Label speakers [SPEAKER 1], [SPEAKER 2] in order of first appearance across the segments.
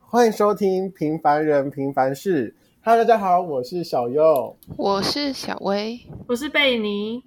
[SPEAKER 1] 欢迎收听《平凡人平凡事》。Hello，大家好，我是小优。
[SPEAKER 2] 我是小薇，
[SPEAKER 3] 我是贝尼。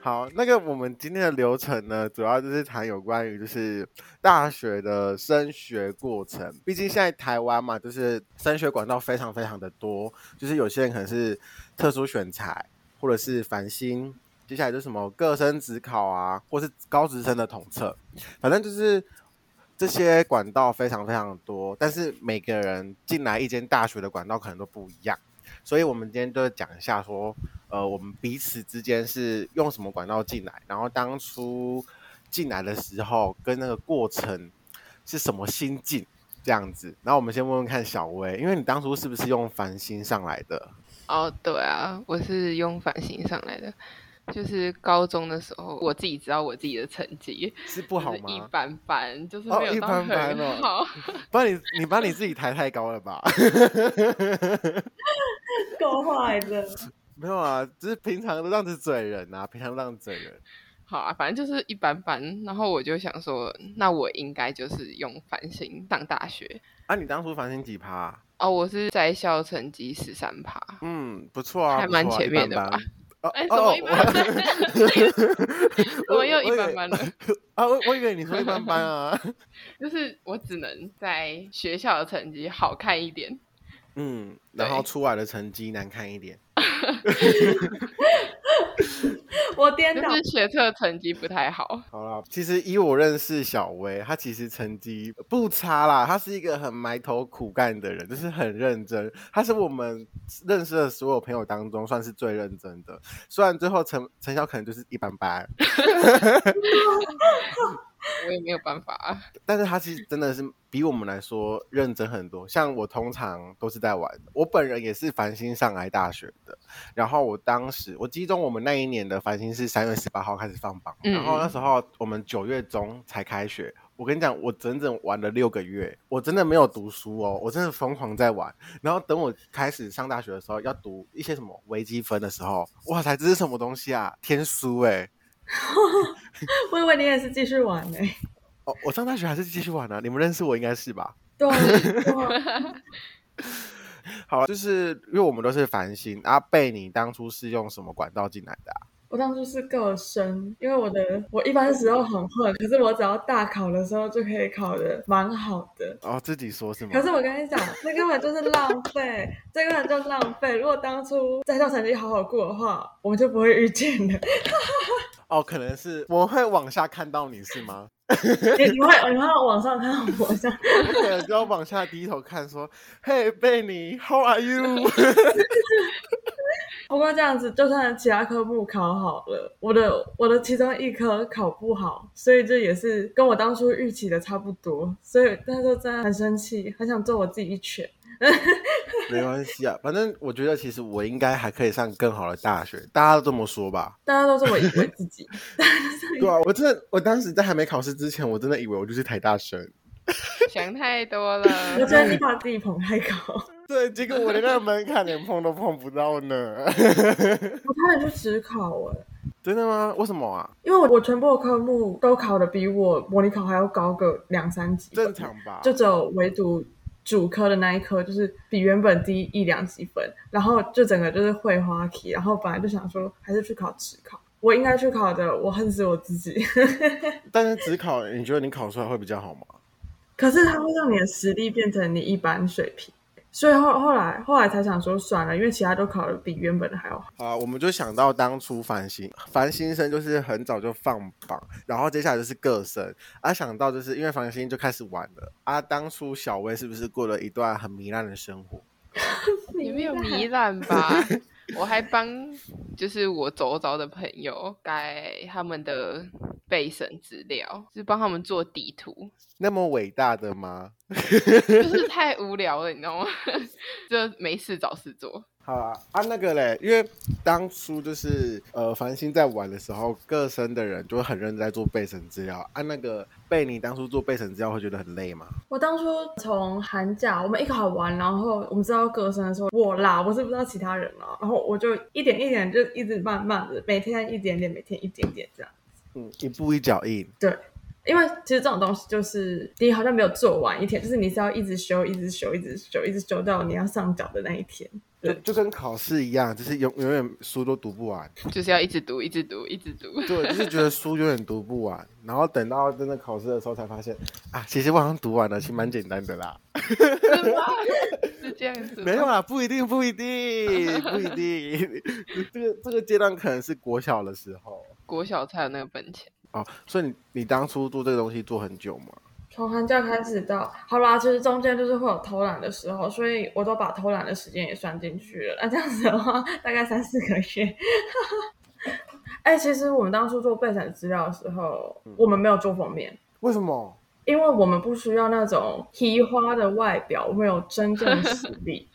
[SPEAKER 1] 好，那个我们今天的流程呢，主要就是谈有关于就是大学的升学过程。毕竟现在台湾嘛，就是升学管道非常非常的多，就是有些人可能是特殊选材，或者是繁星，接下来就是什么各生职考啊，或是高职生的统测，反正就是这些管道非常非常多。但是每个人进来一间大学的管道可能都不一样，所以我们今天就讲一下说。呃，我们彼此之间是用什么管道进来，然后当初进来的时候跟那个过程是什么心境这样子。然后我们先问问看小薇，因为你当初是不是用繁星上来的？
[SPEAKER 2] 哦，对啊，我是用繁星上来的。就是高中的时候，我自己知道我自己的成绩
[SPEAKER 1] 是不好
[SPEAKER 2] 就是一
[SPEAKER 1] 吗？
[SPEAKER 2] 般般，就是
[SPEAKER 1] 哦
[SPEAKER 2] 没有
[SPEAKER 1] 一
[SPEAKER 2] 到
[SPEAKER 1] 般
[SPEAKER 2] 很
[SPEAKER 1] 般哦
[SPEAKER 2] 好。
[SPEAKER 1] 不然你你把你自己抬太高了吧？
[SPEAKER 3] 够坏的，
[SPEAKER 1] 没有啊，只是平常都这样子嘴人啊，平常都这样子嘴人。
[SPEAKER 2] 好啊，反正就是一般般。然后我就想说，那我应该就是用繁星上大学。
[SPEAKER 1] 啊，你当初繁星几趴啊、
[SPEAKER 2] 哦，我是在校成绩十三趴，
[SPEAKER 1] 嗯，不错啊，
[SPEAKER 2] 还
[SPEAKER 1] 不
[SPEAKER 2] 蛮
[SPEAKER 1] 错啊
[SPEAKER 2] 前
[SPEAKER 1] 一
[SPEAKER 2] 面
[SPEAKER 1] 般
[SPEAKER 2] 的
[SPEAKER 1] 般
[SPEAKER 2] 吧
[SPEAKER 1] 哦
[SPEAKER 2] 哎、怎
[SPEAKER 1] 哦
[SPEAKER 2] 么一般般？ 怎么又一般般了？
[SPEAKER 1] 啊，我我以为你说一般般啊。
[SPEAKER 2] 就是我只能在学校的成绩好看一点，
[SPEAKER 1] 嗯，然
[SPEAKER 2] 对
[SPEAKER 1] 后出来的成绩难看一点。
[SPEAKER 3] 我颠
[SPEAKER 2] 就是学测成绩不太好。
[SPEAKER 1] 好啦，其实以我认识小薇，她其实成绩不差啦，她是一个很埋头苦干的人，就是很认真。她是我们认识的所有朋友当中算是最认真的，虽然最后成成效可能就是一般般，
[SPEAKER 2] 我也没有办法、啊。
[SPEAKER 1] 但是他其实真的是比我们来说认真很多。像我通常都是在玩的，我本人也是繁星上来大学的。然后我当时我记中我们那一年的繁星是三月十八号开始放榜，
[SPEAKER 2] 嗯
[SPEAKER 1] 然后那时候我们九月中才开学。我跟你讲，我整整玩了六个月，我真的没有读书哦，我真的疯狂在玩。然后等我开始上大学的时候，要读一些什么微积分的时候，哇塞，这是什么东西啊？天书哎、
[SPEAKER 3] 我以为你也是继续玩呢、
[SPEAKER 1] 哦，我上大学还是继续玩啊。你们认识我应该是吧？
[SPEAKER 3] 对，啊
[SPEAKER 1] 好，啊就是因为我们都是繁星，阿贝，你当初是用什么管道进来的、啊？
[SPEAKER 3] 我当初是个生，因为我的我一般时候很混，可是我只要大考的时候就可以考的蛮好的。
[SPEAKER 1] 哦，自己说是吗？
[SPEAKER 3] 可是我跟你讲，这根本就是浪费， 这根本就浪费。如果当初在校成绩好好过的话，我们就不会遇见 了。
[SPEAKER 1] 哦，可能是我会往下看到你是吗？
[SPEAKER 3] 你你会你会往上看我上，
[SPEAKER 1] 我可能就要往下低头看，说：“嘿，贝尼，How are you？”
[SPEAKER 3] 不过这样子，就算其他科目考好了，我的我的其中一科考不好，所以这也是跟我当初预期的差不多。所以那时候真的很生气，很想揍我自己一拳。
[SPEAKER 1] 没关系啊，反正我觉得其实我应该还可以上更好的大学，大家都这么说吧。
[SPEAKER 3] 大家都这么以为自己，
[SPEAKER 1] 对啊，我真的，我当时在还没考试之前，我真的以为我就是台大生。
[SPEAKER 2] 想太多
[SPEAKER 3] 我
[SPEAKER 2] 了。
[SPEAKER 3] 觉得你把自己捧太高，
[SPEAKER 1] 对，结果我连那个门槛连碰都碰不到呢。
[SPEAKER 3] 我差点去职考哎、
[SPEAKER 1] 真的吗？为什么啊？
[SPEAKER 3] 因为我我全部的科目都考的比我模拟考还要高个两三级，
[SPEAKER 1] 正常吧？
[SPEAKER 3] 就只有唯独主科的那一科，就是比原本低一两几分，然后就整个就是会花题，然后本来就想说还是去考职考，我应该去考的，我恨死我自己。
[SPEAKER 1] 但是只考，你觉得你考出来会比较好吗？
[SPEAKER 3] 可是它会让你的实力变成你一般水平，所以后后来后来才想说算了，因为其他都考的比原本的还要好。
[SPEAKER 1] 啊，我们就想到当初繁星，繁星生就是很早就放榜，然后接下来就是各生，啊，想到就是因为繁星就开始玩了，啊，当初小薇是不是过了一段很糜烂的生活？
[SPEAKER 2] 你没有糜烂吧？我还帮就是我周遭的朋友改他们的备审资料，就是帮他们做地图，
[SPEAKER 1] 那么伟大的吗？
[SPEAKER 2] 就是太无聊了，你知道吗？就没事找事做。
[SPEAKER 1] 好啊，啊那个嘞，因为当初就是呃繁星在玩的时候，各生的人就会很认真在做备审资料。啊，那个贝你当初做备审资料会觉得很累吗？
[SPEAKER 3] 我当初从寒假我们一考完，然后我们知道歌声的时候，我啦，我是不知道其他人啦，然后我就一点一点就一直慢慢的，每天一点点，每天一点点这样。
[SPEAKER 1] 嗯，一步一脚印。
[SPEAKER 3] 对，因为其实这种东西就是你好像没有做完一天，就是你是要一直修，一直修，一直修，一直修到你要上缴的那一天。
[SPEAKER 1] 就
[SPEAKER 3] 对
[SPEAKER 1] 就跟考试一样，就是永永远书都读不完，
[SPEAKER 2] 就是要一直读，一直读，一直读。
[SPEAKER 1] 对，就是觉得书永远读不完，然后等到真的考试的时候才发现，啊，其实我好像读完了，其实蛮简单的啦。
[SPEAKER 2] 是吗？是这样子吗？
[SPEAKER 1] 没有啊啦，不一定，不一定，不一定。 这个这个阶段可能是国小的时候
[SPEAKER 2] 国小才有那个本钱。
[SPEAKER 1] 哦，所以你你当初做这个东西做很久吗？
[SPEAKER 3] 从寒假开始到好啦，其实中间就是会有偷懒的时候，所以我都把偷懒的时间也算进去了。那这样子的话，大概三四个月。哎、其实我们当初做备审资料的时候，我们没有做封面，
[SPEAKER 1] 为什么？
[SPEAKER 3] 因为我们不需要那种提花的外表，我们有真正的实力。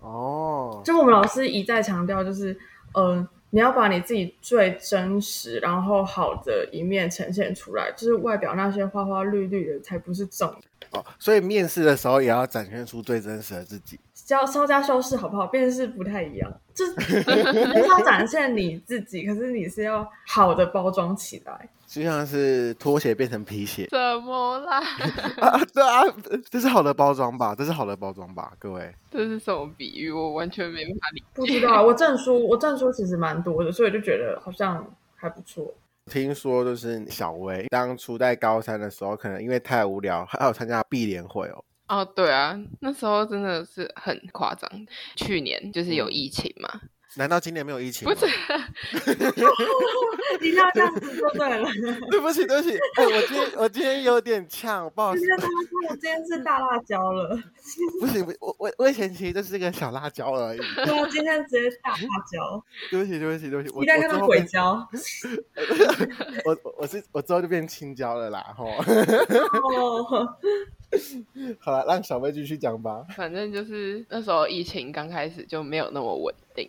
[SPEAKER 1] 哦，
[SPEAKER 3] 就我们老师一再强调，就是呃，你要把你自己最真实，然后好的一面呈现出来，就是外表那些花花绿绿的才不是重点。
[SPEAKER 1] 哦，所以面试的时候也要展现出最真实的自己。
[SPEAKER 3] 稍稍加修饰好不好？辨识不太一样，就是就是要展现你自己，可是你是要好的包装起来。
[SPEAKER 1] 就像是拖鞋变成皮鞋
[SPEAKER 2] 怎么啦？
[SPEAKER 1] 啊！对啊，这是好的包装吧？这是好的包装吧，各位。
[SPEAKER 2] 这是什么比喻？我完全没办法理
[SPEAKER 3] 不知道啊，我证书我证书其实蛮多的，所以就觉得好像还不错。
[SPEAKER 1] 听说就是小薇当初在高三的时候，可能因为太无聊， 还有参加毕联会哦。
[SPEAKER 2] 哦，对啊，那时候真的是很夸张。去年就是有疫情嘛，
[SPEAKER 1] 难道今年没有疫情
[SPEAKER 2] 不
[SPEAKER 1] 吗？
[SPEAKER 2] 是
[SPEAKER 3] 一定要这样子就对了。
[SPEAKER 1] 对不起，对不起，哎、我今天我 今天有点呛，不好意
[SPEAKER 3] 今
[SPEAKER 1] 思，
[SPEAKER 2] 啊
[SPEAKER 3] 天我今天是大辣椒了，
[SPEAKER 1] 不行，不我我我以前其实就是个小辣椒而已。
[SPEAKER 3] 对啊，今天直接大辣椒，
[SPEAKER 1] 对不起，对不起，对不起，我
[SPEAKER 3] 一定要
[SPEAKER 1] 我
[SPEAKER 3] 看
[SPEAKER 1] 之
[SPEAKER 3] 到
[SPEAKER 1] 后
[SPEAKER 3] 鬼
[SPEAKER 1] 变，
[SPEAKER 3] 椒。
[SPEAKER 1] 我我我是我之后就变青椒了啦，吼。
[SPEAKER 3] 哦，
[SPEAKER 1] 好了，让小薇继续讲吧。
[SPEAKER 2] 反正就是那时候疫情刚开始就没有那么稳定，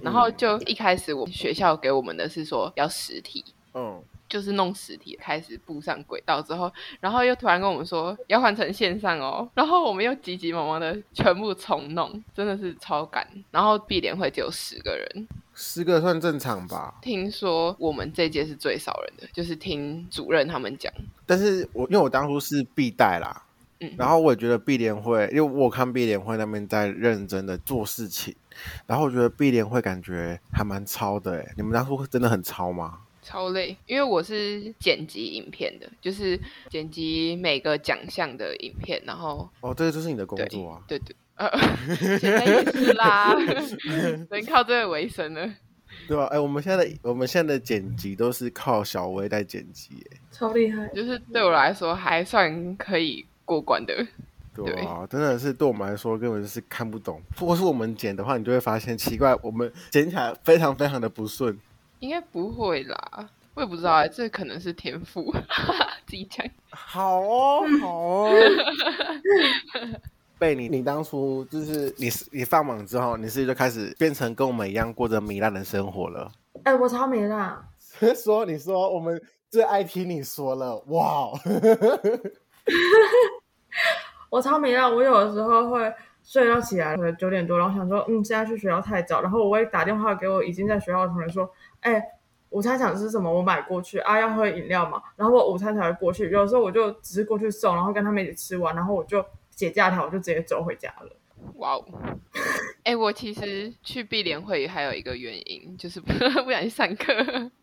[SPEAKER 2] 然后就一开始我们学校给我们的是说要实体。
[SPEAKER 1] 嗯，
[SPEAKER 2] 就是弄实体开始步上轨道之后，然后又突然跟我们说要换成线上哦，然后我们又急急忙忙的全部重弄，真的是超赶。然后必联会只有十个人，
[SPEAKER 1] 十个算正常吧，
[SPEAKER 2] 听说我们这届是最少人的，就是听主任他们讲，
[SPEAKER 1] 但是我因为我当初是必带啦。
[SPEAKER 2] 嗯
[SPEAKER 1] 然后我也觉得碧联会，因为我有看碧联会那边在认真的做事情，然后我觉得碧联会感觉还蛮超的哎，你们当初真的很超吗？
[SPEAKER 2] 超累，因为我是剪辑影片的，就是剪辑每个奖项的影片，然后
[SPEAKER 1] 哦，这个就是你的工
[SPEAKER 2] 对
[SPEAKER 1] 作啊，
[SPEAKER 2] 对对，呃，现在也是 啦，能靠这个为生了。
[SPEAKER 1] 对吧、哎、我们现在的我们现在的剪辑都是靠小薇在剪辑哎，
[SPEAKER 3] 超厉害！
[SPEAKER 2] 就是对我来说还算可以过关的。
[SPEAKER 1] 对啊，真的是对我们来说根本就是看不懂，如果是我们剪的话，你就会发现奇怪，我们剪起来非常非常的不顺。
[SPEAKER 2] 应该不会啦，我也不知道、欸，这可能是天赋， 自己讲。
[SPEAKER 1] 好哦，好 哦。贝，你你当初就是你是你放榜之后，你是不是就开始变成跟我们一样过着糜烂的生活了？
[SPEAKER 3] 哎、我超没辣，
[SPEAKER 1] 说你说我们最爱听你说了，哇！
[SPEAKER 3] 我超没辣。我有的时候会睡到起来，可能九点多，然后想说，嗯，现在去学校太早，然后我会打电话给我已经在学校的同学说，哎、午餐想吃什么？我买过去啊，要喝饮料嘛。然后我午餐才会过去，有的时候我就只是过去送，然后跟他们一起吃完，然后我就解假条，我就直接走回家了。
[SPEAKER 2] 哇哦！哎、我其实去碧联会还有一个原因，就是 不想去上课，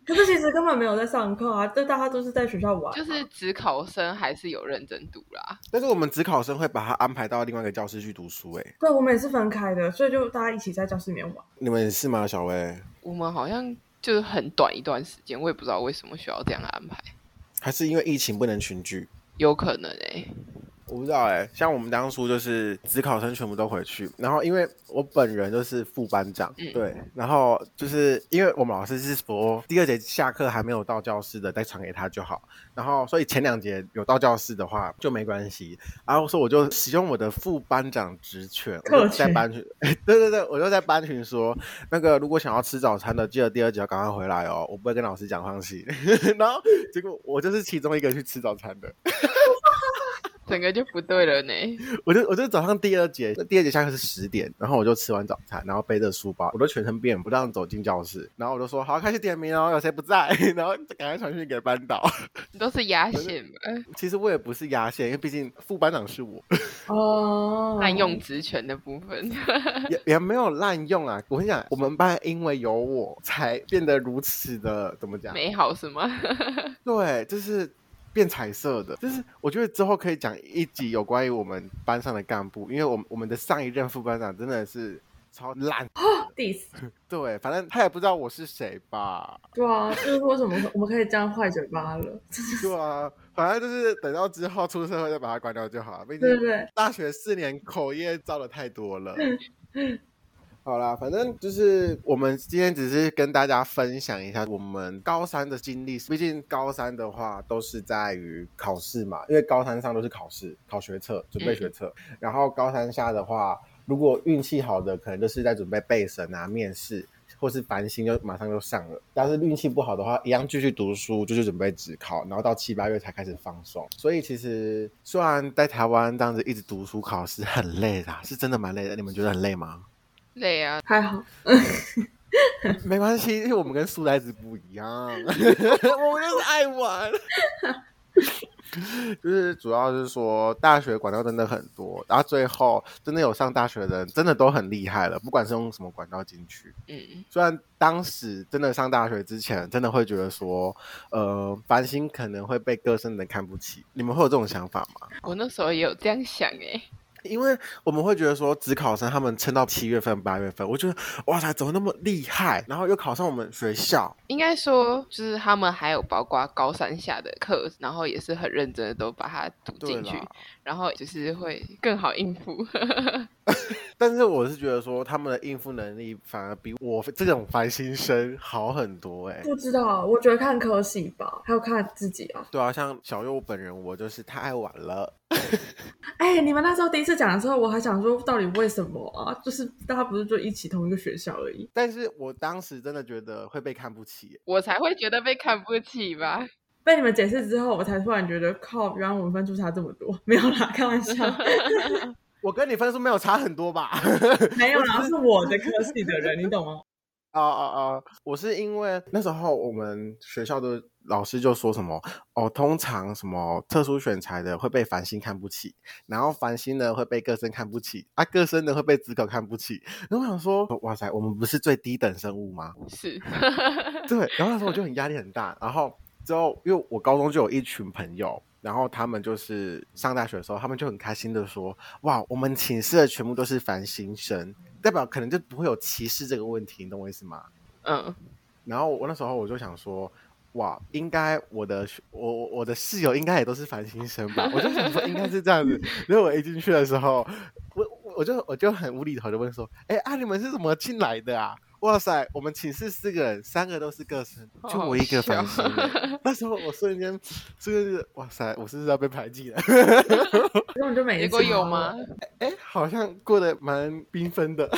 [SPEAKER 3] 可是其实根本没有在上课啊，这大家都是在学校玩。
[SPEAKER 2] 就是只考生还是有认真读啦。
[SPEAKER 1] 但是我们只考生会把他安排到另外一个教室去读书、哎，
[SPEAKER 3] 对，我们也是分开的，所以就大家一起在教室里面玩。
[SPEAKER 1] 你们是吗，小薇？
[SPEAKER 2] 我们好像就是很短一段时间，我也不知道为什么需要这样安排，
[SPEAKER 1] 还是因为疫情不能群聚？
[SPEAKER 2] 有可能哎、
[SPEAKER 1] 我不知道哎、像我们当初就是职考生全部都回去，然后因为我本人就是副班长，
[SPEAKER 2] 嗯
[SPEAKER 1] 对，然后就是因为我们老师是说第二节下课还没有到教室的再传给他就好，然后所以前两节有到教室的话就没关系，然后所以我就使用我的副班长职权，我
[SPEAKER 3] 特
[SPEAKER 1] 就
[SPEAKER 3] 权
[SPEAKER 1] 在班群， 对对对，我就在班群说，那个如果想要吃早餐的，记得第二节要赶快回来哦，我不会跟老师讲放弃， 然后结果我就是其中一个去吃早餐的。
[SPEAKER 2] 整个就不对了呢。
[SPEAKER 1] 我就我就早上第二节，第二节下课是十点，然后我就吃完早餐，然后背着书包，我就全身便不让走进教室，然后我就说好开始点名哦，有谁不在？ 然后赶快传讯给班导。
[SPEAKER 2] 你都是压线吧？
[SPEAKER 1] 其实我也不是压线，因为毕竟副班长是我，
[SPEAKER 3] 哦，
[SPEAKER 2] 滥用职权的部分，
[SPEAKER 1] 啊 也也没有滥用啊。我跟你讲，我们班因为有我才变得如此的怎么讲？
[SPEAKER 2] 美好是 吗？
[SPEAKER 1] 对，就是变彩色的，就是我觉得之后可以讲一集有关于我们班上的干部，因为我们我们的上一任副班长真的是超烂。
[SPEAKER 3] diss，
[SPEAKER 1] 对，反正他也不知道我是谁吧。
[SPEAKER 3] 对啊，就是为什么我们可以这样坏嘴巴了？
[SPEAKER 1] 对啊，反正就是等到之后出社会再把它关掉就好了。毕竟
[SPEAKER 3] 对嗯不对？
[SPEAKER 1] 大学四年口业造的太多了。好啦，反正就是我们今天只是跟大家分享一下我们高三的经历。毕竟高三的话都是在于考试嘛，因为高三上都是考试、考学测、准备学
[SPEAKER 3] 嗯
[SPEAKER 1] 测，然后高三下的话，如果运气好的，可能就是在准备备审啊、面试。或是繁星就马上就上了，但是运气不好的话，一样继续读书，就去准备职考，然后到七八月才开始放松。所以其实虽然在台湾这样子一直读书考试很累啦，是真的蛮累的。你们觉得很累吗？
[SPEAKER 2] 累啊，
[SPEAKER 3] 还好，
[SPEAKER 1] 没关系，因为我们跟书呆子不一样， 我们就是爱玩。 就是主要是说，大学管道真的很多，然后最后真的有上大学的人，真的都很厉害了，不管是用什么管道进去。
[SPEAKER 2] 嗯，
[SPEAKER 1] 虽然当时真的上大学之前，真的会觉得说，呃，繁星可能会被各生人看不起，你们会有这种想法吗？
[SPEAKER 2] 我那时候也有这样想哎、
[SPEAKER 1] 因为我们会觉得说，职考生他们撑到七月份、八月份，我觉得哇塞，怎么那么厉害？然后又考上我们学校，
[SPEAKER 2] 应该说就是他们还有包括高三下的课，然后也是很认真的都把它读
[SPEAKER 1] 对
[SPEAKER 2] 进去
[SPEAKER 1] 啦，。
[SPEAKER 2] 然后就是会更好应付。
[SPEAKER 1] 但是我是觉得说，他们的应付能力反而比我这种烦心生好很多哎、
[SPEAKER 3] 不知道，我觉得看科系吧，还有看自己啊。
[SPEAKER 1] 对啊，像小右本人，我就是太爱玩了。
[SPEAKER 3] 哎、你们那时候第一次讲的时候，我还想说到底为什么啊？就是大家不是就一起同一个学校而已。
[SPEAKER 1] 但是我当时真的觉得会被看不起，
[SPEAKER 2] 我才会觉得被看不起吧？
[SPEAKER 3] 被你们解释之后，我才突然觉得靠，原来我们分数差这么多。没有啦，开 玩笑，
[SPEAKER 1] 我跟你分数没有差很多吧？
[SPEAKER 3] 没有啦，是我的科系的人，你懂吗？
[SPEAKER 1] 啊啊啊！我是因为那时候我们学校的老师就说什么哦，通常什么特殊选材的会被繁星看不起，然后繁星呢会被各生看不起，啊各生呢会被职考看不起。然后我想说，哇塞，我们不是最低等生物吗？
[SPEAKER 2] 是，
[SPEAKER 1] 对，然后那时候我就很压力很大，然后之后因为我高中就有一群朋友，然后他们就是上大学的时候，他们就很开心的说，哇，我们寝室的全部都是繁星生，代表可能就不会有歧视这个问题，你懂我意思吗？
[SPEAKER 2] 嗯，
[SPEAKER 1] 然后我那时候我就想说，哇，应该我的学我我我的室友应该也都是繁星生吧？我就想说应该是这样子。然后我一进去的时候，我我我就我就很无厘头的问说，哎啊，你们是怎么进来的啊？哇塞，我们寝室四个人，三个都是各生，就我一个繁星欸。那时候我瞬间，瞬间就是哇塞，我是不是要被排挤了？
[SPEAKER 3] 根本就 没
[SPEAKER 2] 结果
[SPEAKER 3] 差
[SPEAKER 2] 有吗？？
[SPEAKER 1] 哎，好像过得蛮缤纷的。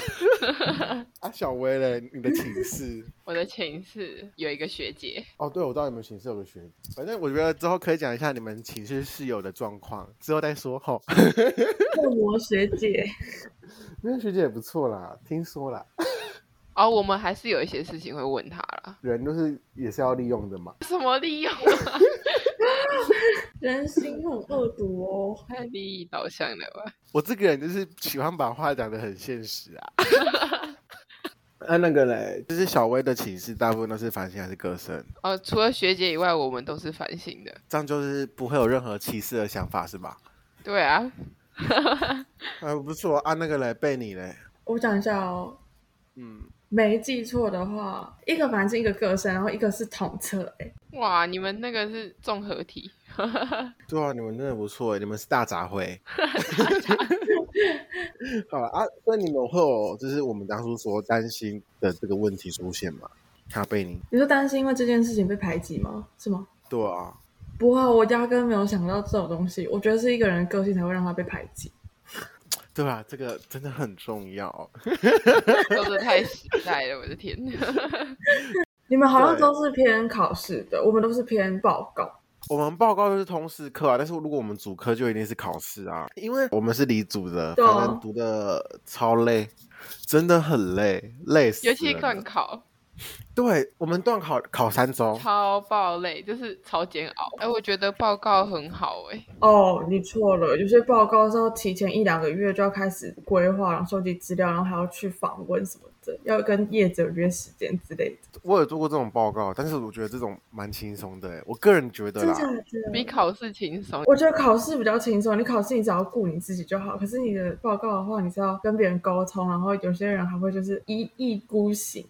[SPEAKER 1] 啊，小薇嘞，你的寝室？
[SPEAKER 2] 我的寝室有一个学姐，
[SPEAKER 1] 哦，对，我知道你们寝室有个学姐，反正我觉得之后可以讲一下你们寝室室友的状况，之后再说吼。
[SPEAKER 3] 恶魔学姐，
[SPEAKER 1] 那个学姐也不错啦，听说啦，
[SPEAKER 2] 哦，我们还是有一些事情会问她啦。
[SPEAKER 1] 人都是也是要利用的嘛。
[SPEAKER 2] 什么利 用啊？
[SPEAKER 3] 人心很恶毒哦。
[SPEAKER 2] 太利益导向了吧？
[SPEAKER 1] 我这个人就是喜欢把话讲得很现实 啊。那那个嘞，就是小薇的寝室大部分都是繁星还是歌声，
[SPEAKER 2] 哦，除了学姐以外，我们都是反省的。
[SPEAKER 1] 这样就是不会有任何歧视的想法是吧？
[SPEAKER 2] 对啊，
[SPEAKER 1] 啊，不错啊，那个嘞，被你嘞，
[SPEAKER 3] 我讲一下哦，
[SPEAKER 1] 嗯，
[SPEAKER 3] 没记错的话，一个繁星，一个个生，然后一个是统测、哎，
[SPEAKER 2] 哇，你们那个是综合体，
[SPEAKER 1] 对啊，你们真的不错欸，你们是大杂烩。 好了啊，那你们会有就是我们当初所担心的这个问题出现吗？卡贝尼，
[SPEAKER 3] 你说担心因为这件事情被排挤吗？是吗？
[SPEAKER 1] 对啊，
[SPEAKER 3] 不会，我压根没有想到这种东西。我觉得是一个人的个性才会让他被排挤。
[SPEAKER 1] 对啊，这个真的很重要。
[SPEAKER 2] 说的太实在了，我的天！
[SPEAKER 3] 你们好像
[SPEAKER 1] 对
[SPEAKER 3] 都是偏考试的，我们都是偏报告。
[SPEAKER 1] 我们报告就是通识课啊，但是如果我们主科就一定是考试啊，因为我们是理组的，
[SPEAKER 3] 对啊
[SPEAKER 1] 反正读的超累，真的很累，累死
[SPEAKER 2] 尤
[SPEAKER 1] 人了。
[SPEAKER 2] 其段考
[SPEAKER 1] 对我们段考考三周，
[SPEAKER 2] 超爆累，就是超煎熬。哎、我觉得报告很好哎、
[SPEAKER 3] 哦，你错了，有些报告是要提前一两个月就要开始规划，然后收集资料，然后还要去访问什么的，要跟业者约时间之类的。
[SPEAKER 1] 我有做过这种报告，但是我觉得这种蛮轻松的欸，我个人觉得
[SPEAKER 3] 真
[SPEAKER 1] 啦
[SPEAKER 3] 的，假
[SPEAKER 2] 比
[SPEAKER 3] 的？
[SPEAKER 2] 考试轻松。
[SPEAKER 3] 我觉得考试比较轻松，你考试你只要顾你自己就好。可是你的报告的话，你是要跟别人沟通，然后有些人还会就是一意孤行。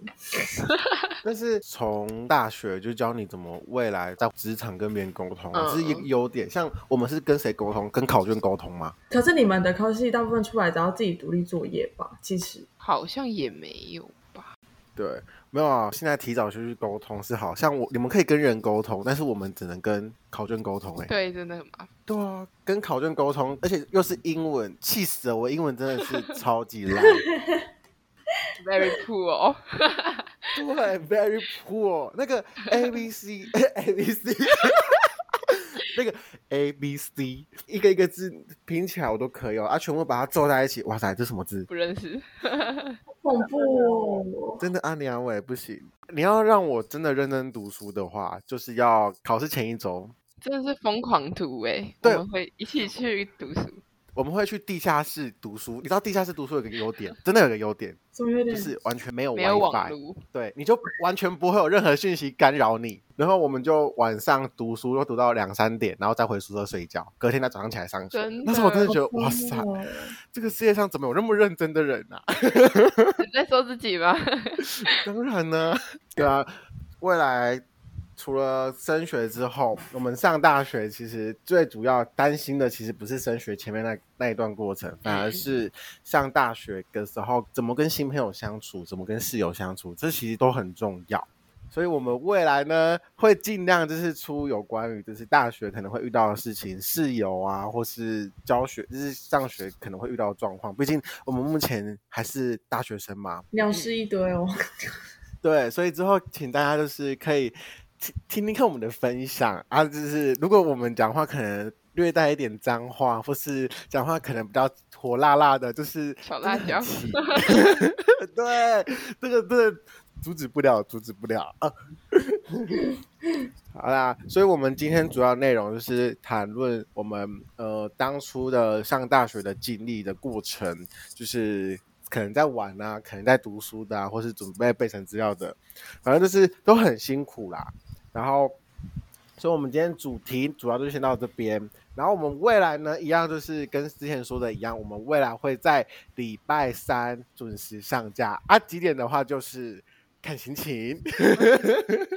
[SPEAKER 1] 但是从大学就教你怎么未来在职场跟别人沟通啊，
[SPEAKER 2] 嗯
[SPEAKER 1] 这是一个优点。像我们是跟谁沟通？跟考卷沟通吗？
[SPEAKER 3] 可是你们的科系大部分出来只要自己独立作业吧？其实
[SPEAKER 2] 好像也没有吧？
[SPEAKER 1] 对，没有啊。现在提早就去沟通是好，像我你们可以跟人沟通，但是我们只能跟考卷沟通、欸。哎，
[SPEAKER 2] 对，真的很麻烦。
[SPEAKER 1] 对啊，跟考卷沟通，而且又是英文，气死了！我英文真的是超级烂，
[SPEAKER 2] Very cool 哦，
[SPEAKER 1] 对，very poor。那 个 A B C A B C。那个 A B C 一个一个字拼起来我都可以哦，啊，全部把它凑在一起，哇塞，这什么字？
[SPEAKER 2] 不认识。
[SPEAKER 3] 恐怖哦！
[SPEAKER 1] 真的阿娘我欸也不行。你要让我真的认真读书的话，就是要考试前一周，
[SPEAKER 2] 真的是疯狂读哎、
[SPEAKER 1] 对
[SPEAKER 2] 我们会一起去读书。
[SPEAKER 1] 我们会去地下室读书。你知道地下室读书有个优点，真的有个优点，
[SPEAKER 3] 怎么有点？
[SPEAKER 1] 就是完全没有
[SPEAKER 2] 没有网
[SPEAKER 1] WiFi，
[SPEAKER 2] 路，
[SPEAKER 1] 对，你就完全不会有任何讯息干扰你。然后我们就晚上读书，又读到两三点，然后再回宿舍睡觉，隔天再早上起来上学
[SPEAKER 2] 真的。
[SPEAKER 1] 那时候我真的觉得
[SPEAKER 3] 好，
[SPEAKER 1] 哇
[SPEAKER 3] 疯
[SPEAKER 1] 塞，
[SPEAKER 3] 哦
[SPEAKER 1] 这个世界上怎么有那么认真的人啊？
[SPEAKER 2] 你在说自己吗？
[SPEAKER 1] 当然呢，对啊，未来除了升学之后，我们上大学其实最主要担心的，其实不是升学前面那那一段过程，反而是上大学的时候怎么跟新朋友相处，怎么跟室友相处，这其实都很重要。所以，我们未来呢，会尽量就是出有关于就是大学可能会遇到的事情，室友啊，或是教学，就是上学可能会遇到的状况。毕竟我们目前还是大学生嘛，
[SPEAKER 3] 鸟事一堆哦。
[SPEAKER 1] 对，所以之后请大家就是可以听听听看我们的分享啊，就是如果我们讲话可能略带一点脏话，或是讲话可能比较火辣辣的，就是
[SPEAKER 2] 小辣椒
[SPEAKER 1] 对，这个这个阻止不了，阻止不了 啊。好啦，所以我们今天主要内容就是谈论我们呃当初的上大学的经历的过程，就是可能在玩啊，可能在读书的啊，或是准备背成资料的，反正就是都很辛苦啦。然后，所以我们今天主题主要就先到这边。然后我们未来呢，一样就是跟之前说的一样，我们未来会在礼拜三准时上架啊。几点的话就是看心情。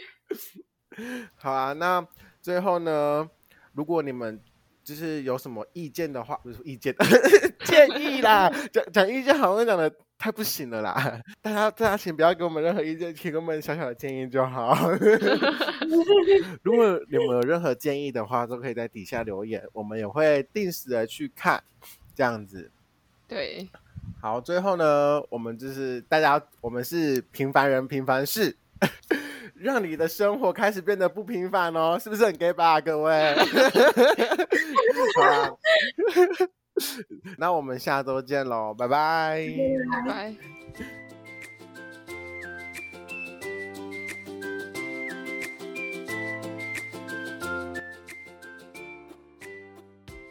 [SPEAKER 1] 好啊，那最后呢，如果你们就是有什么意见的话，不是意见 建议啦，讲讲意见好像讲的太不行了啦。大家大家请不要给我们任何意见，请给我们小小的建议就好。如果你们有任何建议的话，都可以在底下留言，我们也会定时的去看，这样子。
[SPEAKER 2] 对，
[SPEAKER 1] 好，最后呢，我们就是大家，我们是平凡人平凡事， 让你的生活开始变得不平凡哦，是不是很 gay 吧，各位？ 好啦， 那我们下周见喽，拜拜。
[SPEAKER 2] 拜拜。